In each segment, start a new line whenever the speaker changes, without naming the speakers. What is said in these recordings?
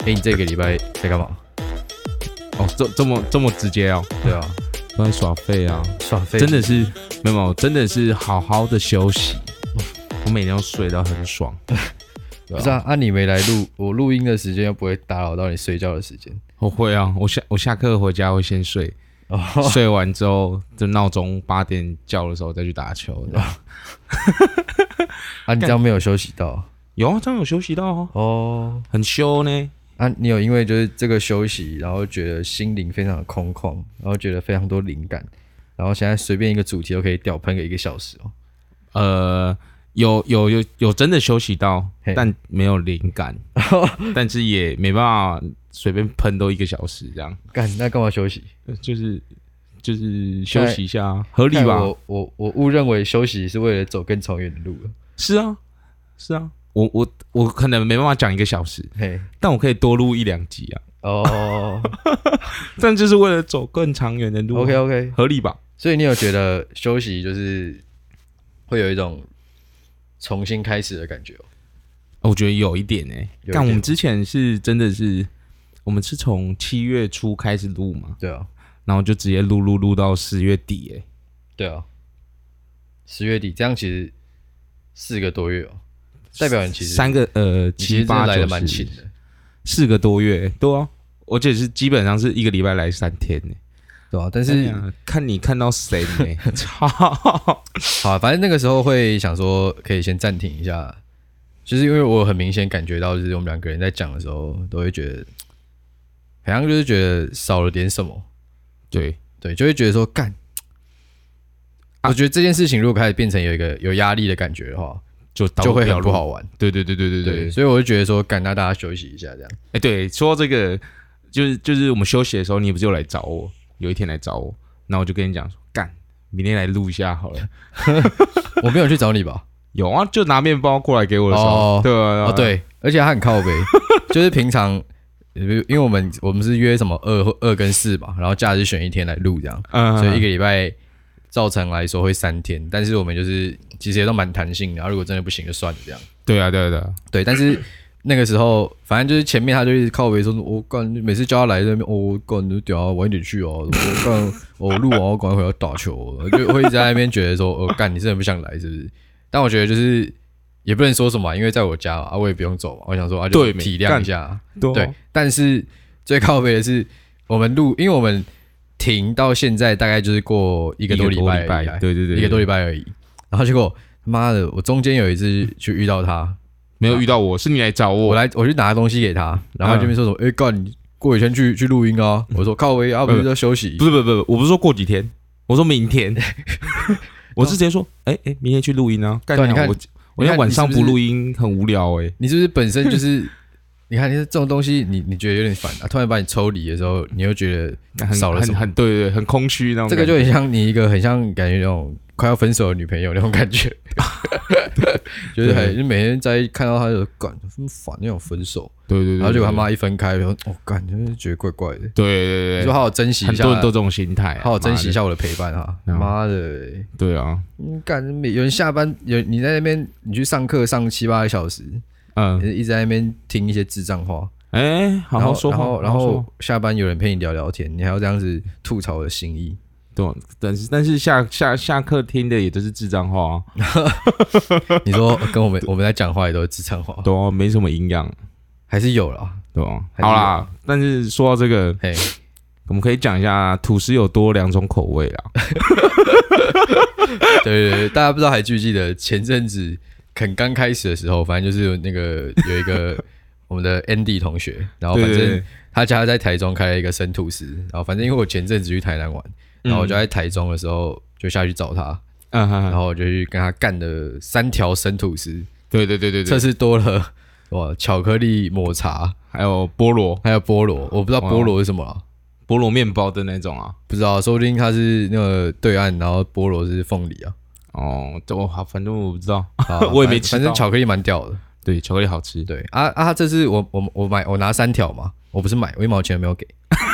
哎，你这个礼拜在干嘛？
哦，这这么这么直接哦，
对啊，
都在耍废啊，
耍废，
真的是没有没有，真的是好好的休息。
嗯
我每天都睡到很爽，
不是啊？啊，你没来录，我录音的时间又不会打扰到你睡觉的时间。
我会啊，我下我下课回家会先睡，
哦，
睡完之后就闹钟八点叫的时候再去打球。这
哦
样
啊，你这样没有休息到
有啊，这样有休息到哦，
哦。
很休呢。
啊，你有因为就是这个休息，然后觉得心灵非常的空旷，然后觉得非常多灵感，然后现在随便一个主题都可以屌喷个一个小时哦。
呃，有有有有真的休息到
嘿，哦
但没有灵感， 但是也没办法随便喷都一个小时这样，
干，那干嘛休息？
呃就是就是休息一下啊，合理
看
吧？
我我我误认为休息是为了走更长远的路了。
是啊，是啊，我我我可能没办法讲一个小时，
嘿，
但我可以多录一两集啊，
哦
但就是为了走更长远的路啊
，OK OK，
合理吧？
所以你有觉得休息就是会有一种重新开始的感觉哦？
我觉得有一点哎、
有一
但我
点
们之前是真的是，我们是从七月初开始录嘛，
对啊，
然后就直接录录录到十月底哎、
对啊，十月底这样其实四个多月哦，代表你其实
三个呃
你其
七
实真
八
的来
九
的蛮
十
勤的，
四个多月，对啊，而且是基本上是一个礼拜来三天呢。
对啊，但
哎
是
呀看你看到谁呢？ 操！
好啊，反正那个时候会想说可以先暂停一下，就是因为我很明显感觉到，就是我们两个人在讲的时候，都会觉得好像就是觉得少了点什么，
对，
对，就会觉得说干。
啊
我觉得这件事情如果开始变成有一个有压力的感觉的话，
就
就会很
很
不。好玩。
对对对对对
对，
对，
所以我就觉得说，干，那大家休息一下，这样。
哎对，说到这个，就是就是我们休息的时候，你不是有来找我？有一天来找我，那我就跟你讲说，干，明天来录一下好了。
我没有去找你吧？
有啊，就拿面包过来给我的时
哦
候，对 啊
哦，，对，而且他很靠北，就是平常，呃因为我们我们是约什么二或二跟四吧，然后假日选一天来录这样，
嗯，
所以一
个
个礼拜照常来说会三天，但是我们就是其实也都蛮弹性的，然后如果真的不行就算了这样。
对啊对啊对啊，
对，但 是那个时候反正就是前面他就一直靠背说，我干，每次叫他来这边，哦我干你就屌啊，晚一点去哦，我干，我录完我赶快回来打球哦，就会一直在那边觉得说，哦干，你真的不想来是不是？但我觉得就是也不能说什么啊，因为在我家啊，我也不用走嘛，我想说啊，就
对没
体谅一下，
对
对，但是最靠背的是我们录，因为我们停到现在大概就是过一
一
个多礼拜
礼
而已啊，
拜，对对对，
一个多
对
礼拜而已。然后结果他妈的，我中间有一次去遇到他，
没有遇到我，是你来找
啊我
我，
来我去拿东西给他，然后他
嗯
这边说什么？哎、干、你过几天去去录音啊？我说靠威啊，不是在休息？
嗯不是不是不是，我不是说过几天，我说明 天，我是直接说，哎、哎、明天去录音啊。干
对啊
娘
你看
我我今天晚上
你是
不
不是
录音很无聊哎、
你是不是本身就是？你看，你这种东西，你你觉得有点烦啊？突然把你抽离的时候，你又觉得
哎很
少了什
很
么？
很对对，很空虚那种
这
感
个
觉。
就很像你一个很像感觉那种快要分手的女朋友那种感 觉，就是很就每天在看到他就干很烦那种分手，
对对对，
然后结果他
对
妈一分开，然后哦干，就是觉得怪怪的。
对对对
你
对
说好好珍惜一
很
下，
多人都这种心态、啊，
好好珍惜一
妈
下我的陪伴啊！
嗯
妈的，
的。对啊，
你干每有人下班有你在那边，你去上课上七八个小时，
嗯，
一直在那边听一些智障话，
哎、好好说
呃然
话，
后然
好
后
好
然
说
后下班有人陪你聊聊天，你还要这样子吐槽我的心意，
话对，啊但是但是下下下课听的也都是智障话、啊，
嗯你说 跟我们我们在讲话也都是智障话，
对啊，没什么营养，
还是有啦，
对啊。
还是有
好啦，但是说到这个，
嘿，
我们可以讲一下吐司有多两种口味啊啦。
对对对，大家不知道还记不记得前阵子很刚开始的时候，反正就是有那个有一 个我们的 Andy 同学，然后反
对对
正
对
他家在台中开了一个生吐司，然后反正因为我前阵子去台南玩，然后我就在台中的时候就下去找他。
嗯哼，
然
哼
后我就去跟他干了三条生吐司，
对对对对
测
对，
试多了哇，巧克力抹茶，
还有菠萝。
还有菠萝，我不知道
哇
菠萝是什么啦，
菠萝面包的那种啊。
不知道，说不定它是那个对岸，然后菠萝是凤梨啊，
哦，这我好，反正我不知道。
啊
我也没
反
吃
反正
到
巧克力蛮屌的，
对，巧克力好吃。
对啊啊，他这次我我我买我拿三条嘛，我不是买，我一毛钱都没有给，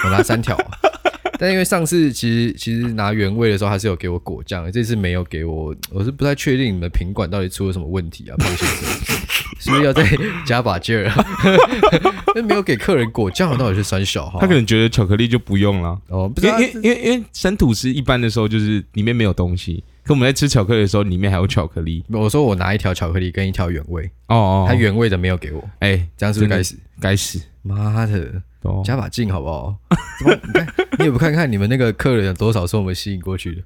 我拿三条啊、 但因为上次其实其实拿原味的时候，他是有给我果酱的，这次没有给我，我是不太确定你们的品管到底出了什么问题啊，波先生，是不是要 再加把劲儿、啊？ 那没有给客人果酱，到底是三小号？
他可能觉得巧克力就不用了。
哦，不知
因
道
为因为因为因为生吐司一般的时候就是里面没有东西，可我们在吃巧克力的时候里面还有巧克力。
我说我拿一条巧克力跟一条原味，
哦哦，
他原味的没有给我，
哎、
这样是不是
真的
该死？
该死
妈的，
哦！
加把劲好不好？怎么你看，你也不看看你们那个客人有多少是我们吸引过去的？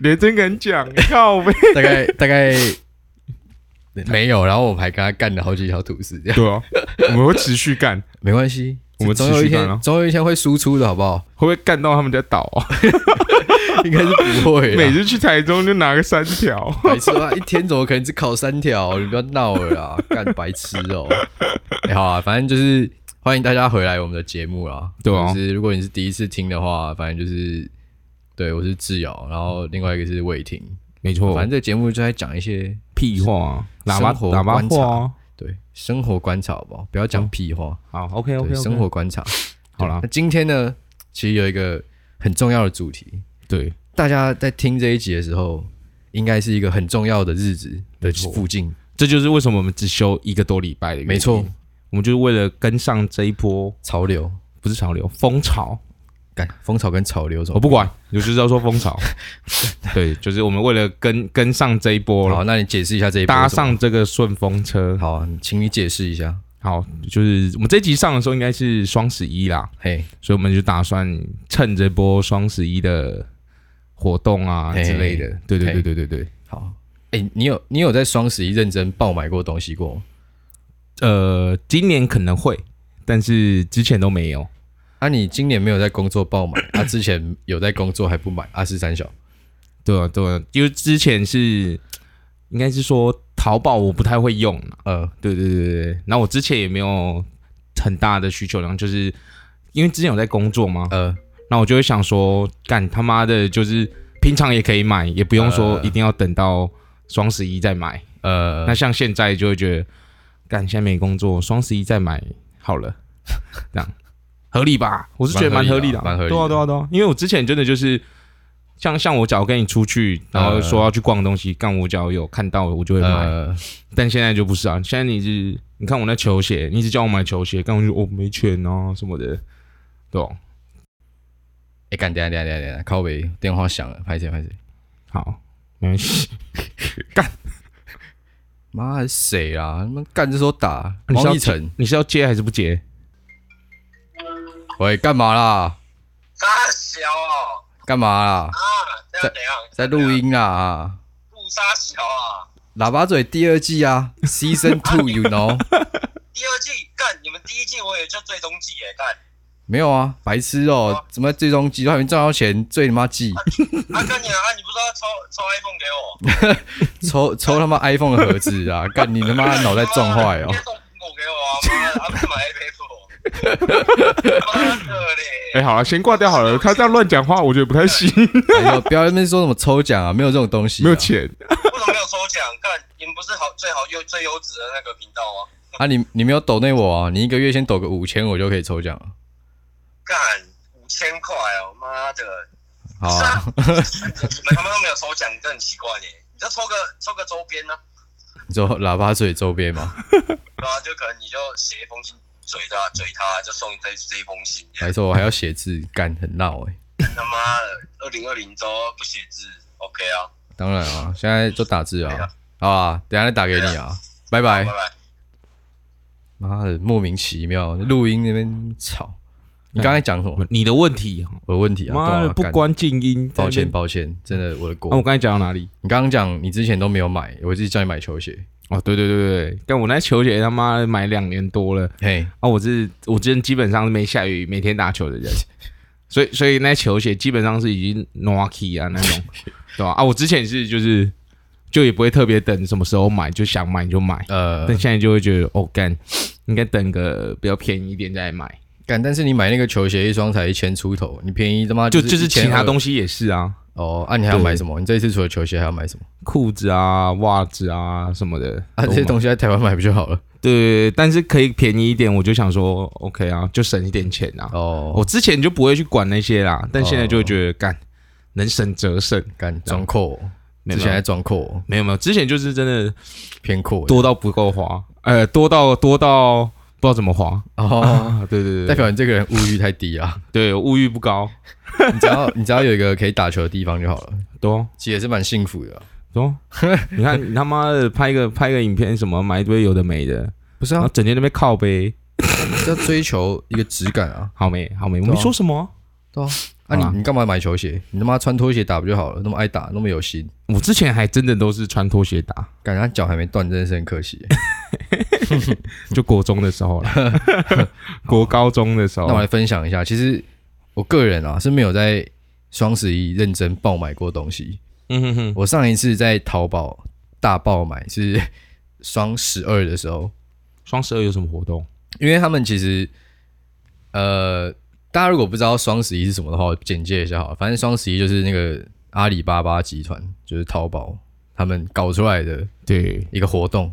连真敢 讲，靠呗。
大 概大概没有，然后我们还跟他干了好几条吐司，这样
对啊，我们会持续干，
没关系，
我们
总有
持
一
续干啊
天，总有一天会输出的好不 好？
会不会干到他们家倒、啊？
应该是不会啦，
每次去台中就拿个三条，
白痴啊！一天怎么可能只烤三条？你不要闹了啦，干白痴 哦、哎好啊，反正就是欢迎大家回来我们的节目啦。
对啊
就是如果你是第一次听的话，反正就是对我是智瑶，然后另外一个是魏婷，
没错
反正这个节目就在讲一些
屁话、啊，喇叭
生活
喇叭
观察
话、啊。
对生活观察，好不好？不要讲屁话，
好，OK
对
OK，
生活观察。
好啦
那，今天呢，其实有一个很重要的主题，
对，
大家在听这一集的时候，应该是一个很重要的日子的
没错
附近，
这就是为什么我们只休一个多礼拜的原因
没错，
我们就是为了跟上这一波
潮流。
不是潮流风潮，
干风潮跟潮流什么？
我不 管，我就是要说风潮。对，就是我们为了跟跟上这一波了，
好，那你解释一下这一波
搭
是什么。
上这个顺风车。
好啊，请你解释一下。
好，就是我们这集上的时候应该是双十一啦，
嘿，
所以我们就打算趁这波双十一的活动啊
嘿
之类的。对对
嘿
对对对对，
好。哎、你有你有在双十一认真爆买过东西过吗？
呃，今年可能会，但是之前都没有。
啊，你今年没有在工作爆买，啊，之前有在工作还不买，啊，是三小。
对啊，对啊，因为之前是应该是说淘宝我不太会用啦
呃，
对对对对对，然后我之前也没有很大的需求量，就是因为之前有在工作嘛，
呃，
那我就会想说，干他妈的，就是平常也可以买，也不用说
呃
一定要等到双十一再买。
呃，
那像现在就会觉得，干现在没工作，双十一再买好了，这样合理吧？我是觉得蛮
蛮
合
合
理
理
的
的
啊，
蛮合理的
对啊，对啊，对啊，因为我之前真的就是。像像我假如跟你出去，然后说要去逛东西，干我假如有看到我就会买，
呃，
但现在就不是啊，现在你是你看我那球鞋，你一直叫我买球鞋，刚我就哦没钱啊什么的，对哦，
哎、干，等一下等一下等一下等一下，靠北电话响了，拍谁拍谁？
好，没关系。
妈的谁啊？他妈干这时候打
啊你 是
王
要
一晨，
你是要接还是不接？
喂，干嘛啦？
沙小哦，
干嘛啦？
啊，这样怎样？
在录音啦、啊？
录沙小啊！
喇叭嘴第二季啊，Season Two，you know？
第二季干，你们第一季我也就最终季耶干，
没有啊，白痴哦、怎么最终季都还没赚到钱，最他妈季
啊干你啊，啊你不是要抽抽 iPhone 给我？
抽抽他妈 iPhone 的盒子啊！干你他妈脑袋撞坏哦
你！送苹果给我啊！妈的，啊不买 iPad Pro，妈的嘞！
哎、好了，先挂掉好了。他这样乱讲话，我觉得不太行，
哎呦，不要在那边说什么抽奖啊，没有这种东西、啊，
没有钱。
为什么没有抽奖？干，你们不是好最好优最优质的那个频道吗？
啊！你你没有抖内我啊，你一个月先抖个五千，我就可以抽奖了。
干五千块哦，妈的！
好
是
啊
啊，你们他们都没有抽奖，你这很奇怪耶！你就抽个抽个周边呢、
你说喇叭嘴周边嘛，
对啊，就可能你就写一封信嘴他，嘴他，就送这这一封信。
还说我还要写字，干很闹哎、
他妈的，二零二零周不写字，OK 啊，
当然啊，现在就打字啊，好啊，等一下再打给你啊，拜拜
拜。拜。
妈的，莫名其妙，录音那边吵。你刚才讲什么？
你的问题，
我的问题啊，
哎妈
对
的
啊
不，
干
关哦静音，
抱
在那
歉
边。
抱歉，真的我的
那、我
锅。
刚才讲到哪里？
你刚刚讲你之前都没有买，我自己叫你买球鞋。
哦，对对对对，但我那球鞋他妈的买两年多了
嘿，
啊！我是我之前基本上是没下雨，每天打球的人，所以所以那球鞋基本上是已经 Nike 啊那种，对吧、啊？我之前是就是就也不会特别等什么时候买，就想买就买，
呃
但，现在就会觉得哦干，应该等个比较便宜一点再买。
干，但是你买那个球鞋一双才一千出头，你便宜他妈
就
就是
其他
西。
东西也是啊，
哦，啊，你还要买
对
什么？你这一次除了球鞋还要买什么？
裤子啊、袜子啊什么的
啊，这些
西。
东西在台湾买不就好了？
对，但是可以便宜一点，我就想说 OK 啊，就省一点钱啊。
哦
我，之前就不会去管那些啦，但现在就会觉得干能省则省。
干装阔，
哦没
之
有
前还装阔，
没有没有，之前就是真的
偏阔
多到不够花，呃，多到多到不知道怎么花
哦，
啊。对 对
代
对对，
表你这个人物欲太低啊！
对物欲不高，
你只要你只要有一个可以打球的地方就好了，
多
其实也是蛮幸福的啊。
多。你看你他妈的拍个拍个影片什么，买一堆有的没的，
不是啊
然后，整天在那边靠背，
要追求一个质感啊，
好没好没，我
对
没
啊
说什么啊。
对啊。啊
好啦
你你干嘛买球鞋？你他妈穿拖鞋打不就好了？那么爱打，那么有心，
我之前还真的都是穿拖鞋 打，
感觉他脚还没断，真的是很可 惜。
就国中的时候 了，国高中的时候
那。我来分享一下，其实我个人啊是没有在双十一认真爆买过东西。
嗯哼哼，
我上一次在淘宝大爆买是双十二的时候，
双十二有什么活动？
因为他们其实呃，大家如果不知道双十一是什么的话，我简介一下好了。反正双十一就是那个阿里巴巴集团，就是淘宝他们搞出来的
对，
一个活动。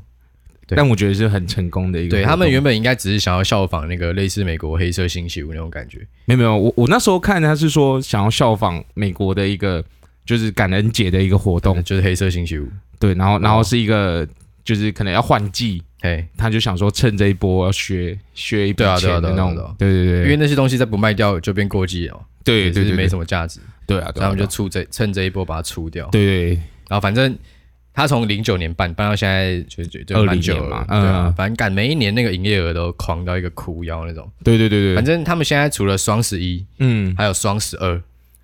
对
但我觉得是很成功的一个活动。
对他们原本应该只是想要效仿那个类似美国黑色星期五那种感觉，
没有没有，我我那时候看他是说想要效仿美国的一个就是感恩节的一个活动，
就是黑色星期五。
对，然
哦
后然后是一个就是可能要换季，
嘿，
他就想说趁这一波要削削一笔
对啊对啊
钱的那
对啊啊
种，对对对，
因为那些东西再不卖掉就变过季了，
对
也
对
是
对
没什
么，
么价值，
对啊，
然后我们就
就
出这趁这一波把它出掉。
对对
然后反正他从零九年办办到现在就就就蛮久
20
了
年嘛，
对啊
嗯，
反正赶每一年那个营业额都狂到一个哭腰那种。
对对对
反
对对，
正他们现在除了双十一，
嗯，
还有双十二，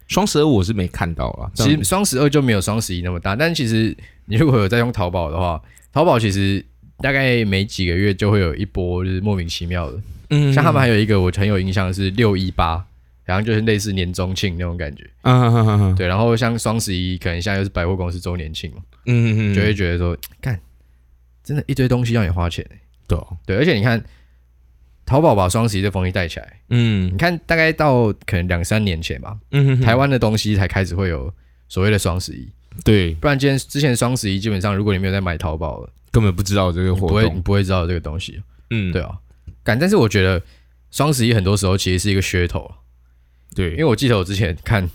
双十二我是没看到啊了，
其实双十二就没有双十一那么大，但其实你如果有在用淘宝的话，淘宝其实大概每几个月就会有一波就是莫名其妙的，
嗯
像他们还有一个我很有印象的是六一八，然后就是类似年中庆那种感觉。
嗯嗯嗯嗯
对，然后像双十一，可能现在又是百货公司周年庆嘛，
嗯嗯，
就会觉得说，干，真的一堆东西让你花钱欸、
对啊，
对，而且你看，淘宝把双十一这风气带起来，你
嗯
看大概到可能两三年前吧，
嗯，
台湾的东西才开始会有所谓的双十一，
对
不然今天之前双十一基本上如果你没有在买淘宝了，
根本不知道这个
你
活
不会你
动，
不会知道这个东西，
嗯
对啊，干，但是我觉得双十一很多时候其实是一个噱头，啊因为
对，
我记得我之前看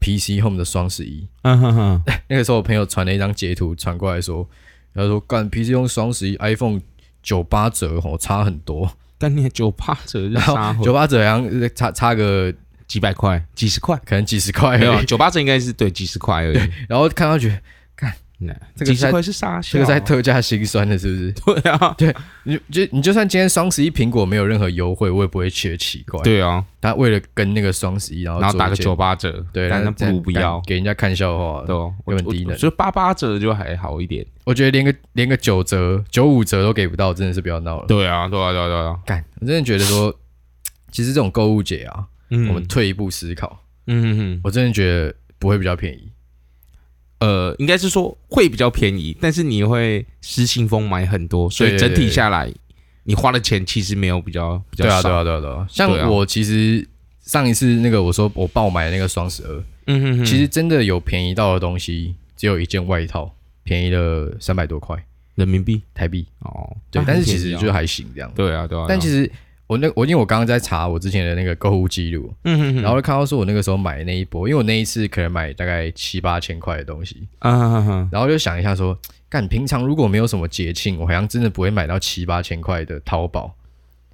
PC Home 的双十一，
嗯哼哼，
那个时候我朋友传了一张截图传过来说，他说干 PC 用双十一 iPhone 九八折吼差很 多，
但你九八折是
然
啥
后？九八折好像差差个
几百块、几十块，
可能几十块而
没有啊
已，
九八折应该是对几十块而已。
然后看到觉得
那
这个
几
在
十块是啥小？啊
这个在特价心酸的，是不是？
对啊，
你就你就算今天双十一苹果没有任何优惠，我也不会觉得奇怪。，
对啊，
他为了跟那个双十一，然后
然后打
做
个
一件
九，八折，
对，
但
然
那
后
不如不要，
给人家看笑话。
对哦，我
根本低能
我就八八折就还好一点。
我觉得连个连个九折、九五折都给不到，真的是不要闹了。
对啊，对啊，对啊，对啊，
干，我真的觉得说，其实这种购物节啊，
嗯
我们退一步思考，
嗯嗯嗯，
我真的觉得不会比较便宜。
呃，应该是说会比较便宜，但是你会失心疯买很多，所以
对对
整
对
体下来，你花的钱其实没有比较比
对
较
啊，对
少。
啊，对啊，对啊。像
对啊
我其实上一次那个我说我爆买的那个双十二，
嗯嗯，
其实真的有便宜到的东西，只有一件外套，便宜了三百多块
人民币
台币。
哦，
对，
那
但
很
是其
便宜
实
啊
就还行这样。
对啊，对啊，
但其
实
实我那我因为我刚刚在查我之前的那个购物记录，
嗯嗯嗯，
然后就看到说我那个时候买的那一波，因为我那一次可能买大概七八千块的东西，
啊哈
然后就想一下说，干平常如果没有什么节庆，我好像真的不会买到七八千块的淘宝。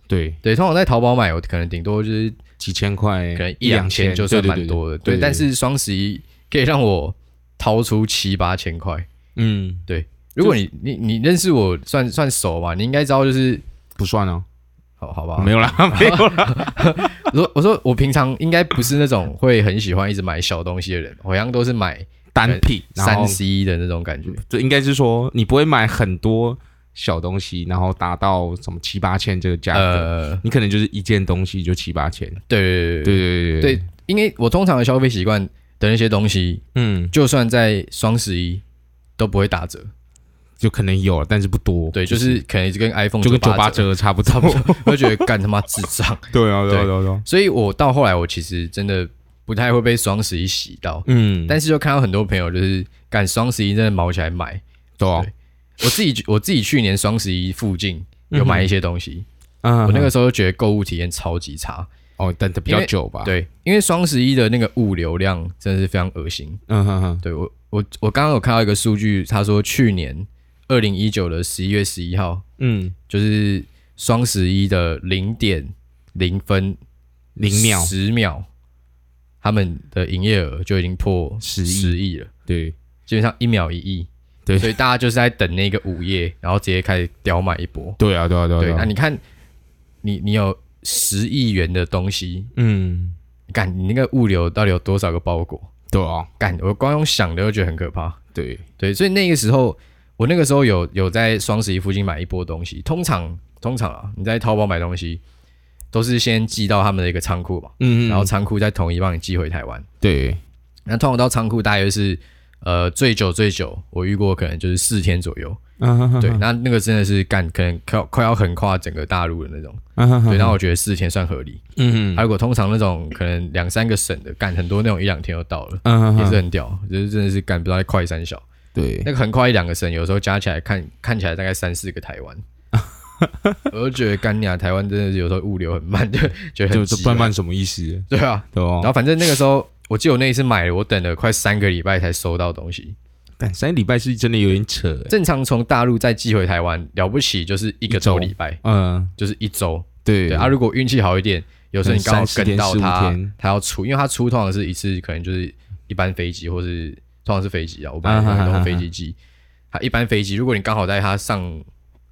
对，
对，通常在淘宝买，我可能顶多就是
几千块，
可能一两千就算蛮多的，
对，
对。
对
但是双十一可以让我掏出七八千块。
嗯，
如果你你你认识我算算熟嘛，你应该知道就是，
不算哦，
好好吧？
没有啦， 没有啦，
我说我说我平常应该不是那种会很喜欢一直买小东西的人，我好像都是买
单品，然后嗯
三 C 的那种感觉。
就应该是说你不会买很多小东西，然后达到什么七八千这个价格，
呃，
你可能就是一件东西就七八千，
对对对
对
对
对
对，对，因为我通常的消费习惯的那些东西，
嗯，
就算在双十一都不会打折，
就可能有，但是不多，
对，就是可能就跟 iPhone
就跟九八
八，
折差不多，
我就觉得干他妈智障。
对啊，对啊，
对
对啊，
所以我到后来，我其实真的不太会被双十一洗到，
嗯，
但是就看到很多朋友就是赶双十一真的毛起来买。
对啊
对，我自己我自己去年双十一附近有买一些东西，
嗯
我那个时候就觉得购物体验超级差。
哦等的比较久吧，，
对，因为双十一的那个物流量真的是非常恶心。
嗯哼哼，
对我我我刚刚有看到一个数据，他说去年二零一九的十一月十一号，
嗯，
就是双十一的零点零分
零秒，
十秒，他们的营业额就已经破
10亿
十亿了，
对，
基本上一秒一亿。
对
所以大家就是在等那个午夜，然后直接开始屌买一波。
对啊，对啊，对啊，
对，
啊
那你看，你你有十亿元的东西，
嗯，
干你那个物流到底有多少个包裹？
对啊，
干，我光用想的就觉得很可怕。
对，
对，所以那个时候，我那个时候有有在双十一附近买一波东西。通常通常啊，你在淘宝买东西，都是先寄到他们的一个仓库嘛，
嗯，
然后仓库再统一帮你寄回台湾。
对，
那通常到仓库大约是呃最久最久，我遇过可能就是四天左右。
嗯哼哼，
对，那那个真的是干，可能快要快要横跨整个大陆的那种。
嗯哼哼，
对，那我觉得四天算合理。
嗯
还
哼，
有我通常那种可能两三个省的干，很多那种一两天就到了，
嗯哼
也是
哼，
很屌，就是真的是干不到快三小。
对，
那个横跨一两个省，有时候加起来看看起来大概三四个台 湾。我就觉得干你啊，台湾真的是有时候物流很慢，就觉得
就
很
这
急
慢慢什么意思？
对啊。
对
然
哦，
后反正那个时候，我记得我那一次买了，我等了快三个礼拜才收到东西。
但三个礼拜是真的有点扯，欸
正常从大陆再寄回台湾，了不起就是一个多礼拜，
嗯，
就是一周。
对
对啊，如果运气好一点，有时候你刚好跟到
30
他
天15天，
他要出，因为他出通常是一次，可能就是一班飞机或是通常是飞机啊，我本来
啊哈哈
都
哈
用
哈
飞机寄。他一般飞机，如果你刚好在他上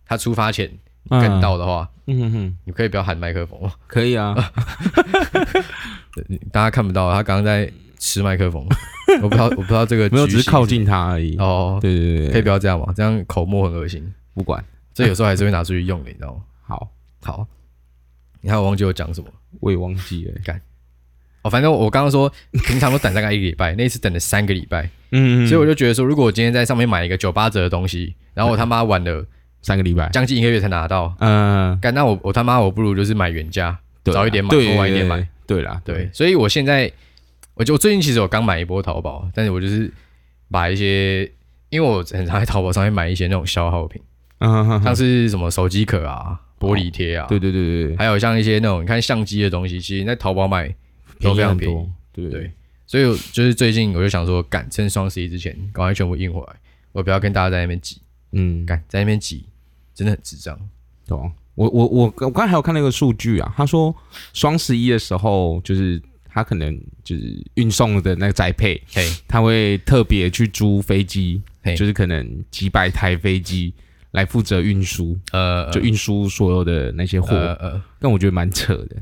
他出发前你跟到的话，
嗯哼哼，
你可以不要喊麦克风 吗，
可以啊，
呃大家看不到他刚刚在吃麦克风， 我不知道我不知道这个
没有，
举
只
行
是靠近他而已。
哦，
对对
可以
对，
不要这样嘛，这样口沫很恶心，
不管，
所以有时候还是会拿出去用的，你知道吗？
好，
好，你看我忘记我讲什么。
我也忘记了。
哦，反正我刚刚说平常都等大概一个礼拜，那一次等了三个礼拜，
嗯
所以我就觉得说，如果我今天在上面买一个九八折的东西，然后我他妈晚了
三个礼拜，
将近一个月才拿到，
嗯，
干那我我他妈我不如就是买原价，
对啊
早一点买，
对
或晚一点买，，
对对啦，
对，，所以我现在，我就我最近其实我刚买一波淘宝，但是我就是把一些，因为我很常在淘宝上面买一些那种消耗品，
嗯哼
像
哼，
是什么手机壳啊、玻璃贴啊，
对对对对对，
还有像一些那种你看相机的东西，其实你在淘宝买都非常便宜。
很多，对
对，所以我就是最近我就想说，赶趁双十一之前，赶快全部印回来，我不要跟大家在那边挤，
嗯，
赶在那边挤，真的很智障。
懂。啊我我我我刚才还有看那个数据啊，他说双十一的时候，就是他可能就是运送的那个宅配，
嘿，
他会特别去租飞机
嘿，
就是可能几百台飞机来负责运输，
呃，
就运输所有的那些货，
呃呃，
但我觉得蛮扯的。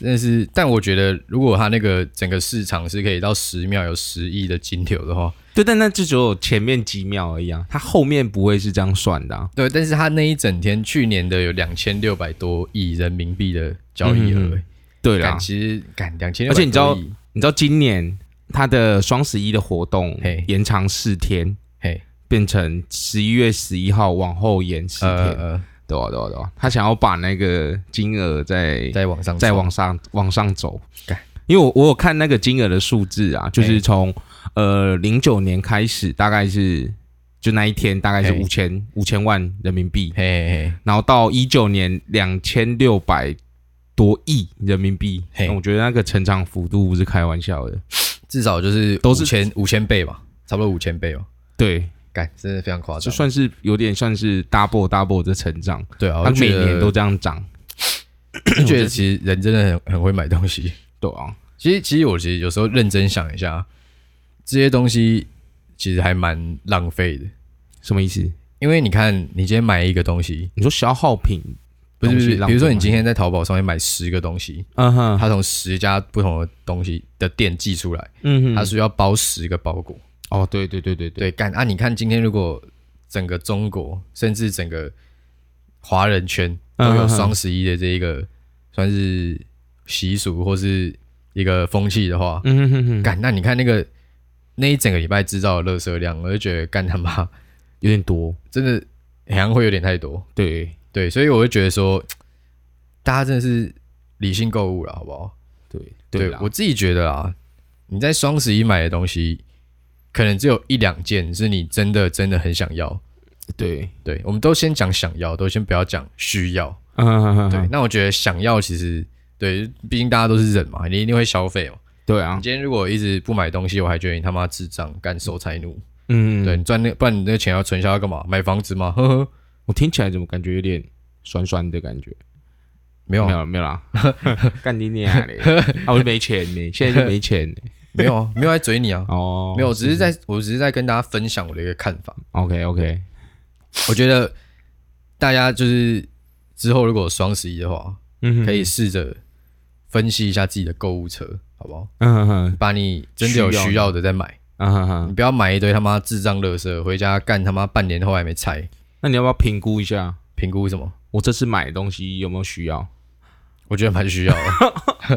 真的是，但我觉得如果他那个整个市场是可以到十秒有十亿的金流的话，
对，但那就只有前面几秒而已啊，它后面不会是这样算的、啊。
对，但是他那一整天去年的有两千六百多亿人民币的交易
嗯
额、
嗯对
感、
啦，
其实感两千，
而且你知道，你知道今年它的双十一的活动
嘿
延长四天，
嘿，
变成十一月十一号往后延四天，
呃呃，
对啊对啊对啊，他想要把那个金额再
再往上，
再往，上往上走
干。
因为我我有看那个金额的数字啊，就是从、呃零九年开始，大概是就那一天大概是
嘿
五千五千万人民币，
嘿嘿嘿，
然后到一九年两千六百多亿人民币，
嘿
那我觉得那个成长幅度不是开玩笑的。
至少就是
都是
五千五千倍吧，差不多五千倍吧。
对，
干，真的非常夸
就
张。
算是有点算是 double double 的成长，
对啊，我
它
觉
每
得
年都这样涨，
就觉得其实人真的很很会买东西。
对啊，
其实其实我其实有时候认真想一下，这些东西其实还蛮浪费的，
什么意思？
因为你看你今天买一个东西，
你说消耗品
不是不
东
是
西，浪
比
费
如说你
吗
今天在淘宝上面买十个东西，
嗯哼，
它从十家不同的东西的店寄出来，
嗯
它
哼，
需要包十个包裹。
哦，对对对对对，
对，干啊！你看今天如果整个中国，甚至整个华人圈都有
嗯嗯嗯
双十一的这一个算是习俗或是一个风气的话，
嗯哼哼哼，
干那你看那个那一整个礼拜制造的垃圾量，我就觉得干他妈
有点多，
真的好像会有点太多。
对
对，所以我就觉得说，大家真的是理性购物了，好不好？
对
对
啦
我，自己觉得啊，你在双十一买的东西，可能只有一两件是你真的真的很想要。
对，
对，我们都先讲想要，都先不要讲需要。
嗯，
对，
对
那我觉得想要其实对，毕竟大家都是人嘛，你一定会消费哦。
对啊
你，今天如果一直不买东西，我还觉得你他妈智障，干守财奴。
嗯，
对，你赚那，不然你那个钱要存下来干嘛？买房子吗？呵呵，
我听起来怎么感觉有点酸酸的感觉？
没有
没
啊，
有没有 啦，干你娘 嘞！啊，我就没钱呢，现在就没钱 嘞。
没有啊，没有在追你啊，
哦，
没有，我只是在，我只是在跟大家分享我的一个看法。
，OK OK，
我觉得大家就是之后如果有双十一的话，
嗯哼
可，以试着分析一下自己的购物车，好不好？
嗯哼
把你真的有
需要的
需要的再买，
嗯哼哼
你，不要买一堆他妈智障垃圾，回家干他妈半年后还没拆。
那你要不要评估一下，
评估什么？
我这次买的东西有没有需 要
我觉得蛮需要的。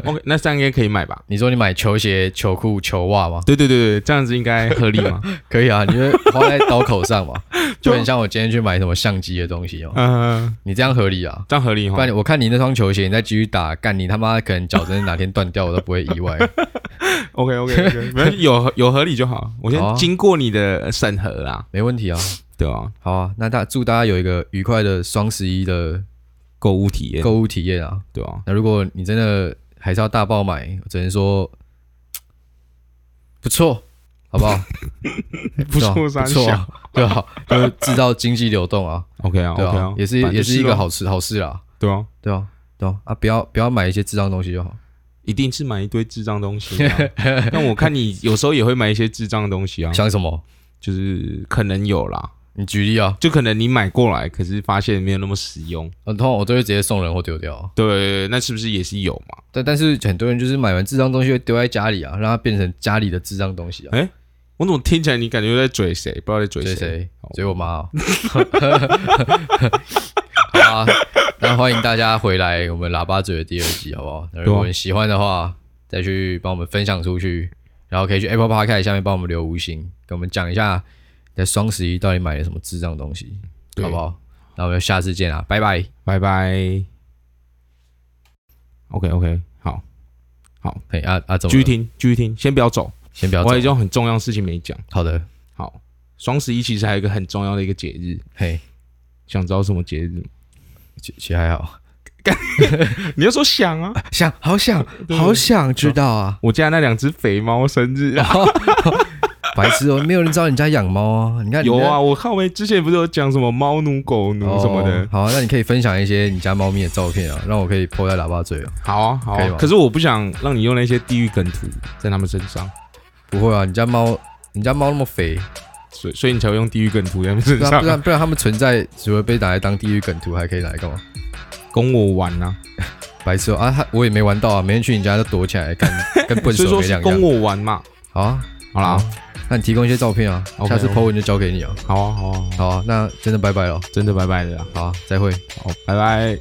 ？OK，那这样应该可以买吧？
你说你买球鞋、球裤、球袜吗？
对对对对，这样子应该合理 吗？
可以啊，你就花在刀口上嘛，就很像我今天去买什么相机的东西哦。
嗯，
你这样合理 啊？
这样合理
不然
哈
你。我看你那双球鞋，你再继续打，干你他妈可能脚真的哪天断掉，我都不会意外。
OK OK OK，没关系，有合有合理就好。我
好啊
先经过你的审核啦，
没问题啊，
对啊，
好啊，那大祝大家有一个愉快的双十一的
购物体验，
购物体验啊。
对啊，
那如果你真的还是要大爆买，我只能说不错，好不 好？
不错
对啊
三
不错
小
啊， 对啊，就是制造经济流动啊，
，OK 啊
对
OK
啊
啊，，
也是
反正
也
就是
一
咯
个，好事好事啦，
对啊，
对啊，对啊，啊不要不要买一些智障东西就好，
一定是买一堆智障东西、 啊。但我看你有时候也会买一些智障的东西啊，
想什么？
就是可能有啦，
你举例啊，
就可能你买过来，可是发现没有那么实用。
呃通常我都会直接送人或丢掉啊，
对，那是不是也是有嘛？
但但是很多人就是买完智障东西会丢在家里啊，让它变成家里的智障东西啊，
哎我怎么听起来你感觉在嘴谁？不知道在嘴
追
谁？
谁
好？
追我妈、哦。 好啊，那欢迎大家回来我们喇叭嘴的第二季，好不好？那如果你喜欢的话，再去帮我们分享出去，然后可以去 Apple Podcast 下面帮我们留五星，跟我们讲一下你在双十一到底买了什么智障东西，
对
好不好？那我们就下次见啊，拜拜。
拜拜。OK OK，好，
嘿啊啊，怎
继
么了？
续听，继续听，先不要走，
先不要
我还有一
走。
件很重要的事情没讲。
好的，
好，双十一其实还有一个很重要的一个节日，
嘿，
想知道什么节日吗？
其其实还好，
你就说想啊，
想好想好想知道啊。
我家那两只肥猫 生日啊。
白痴哦，没有人知道你家养猫啊！你看你
有
那
啊，我靠没之前不是有讲什么猫奴、狗奴嗯什么的
哦。好、啊，那你可以分享一些你家猫咪的照片啊，让我可以 po 在喇叭嘴啊。
好啊，好
可以
啊
吗。
可是我不想让你用那些地狱梗图在他们身上，
不会啊，你家猫，你家猫那么肥，
所以所以你才会用地狱梗图在他们身
不然不
上
然不然它们存在，除了被拿来当地狱梗图，还可以拿来干嘛？
跟我玩啊。
白痴哦啊！它我也没玩到啊，每天去你家就躲起来， 跟跟笨
所
手
以说
没
是
两
跟
样。
我玩嘛。
好啊，
好啦，
那你提供一些照片啊
OK，
下
哦
次
OK
po 文就交给你啊。
好啊，好啊，好啊
好啊，那真的拜拜了，
真的拜拜了啦。
好啊、再会。
好，拜拜。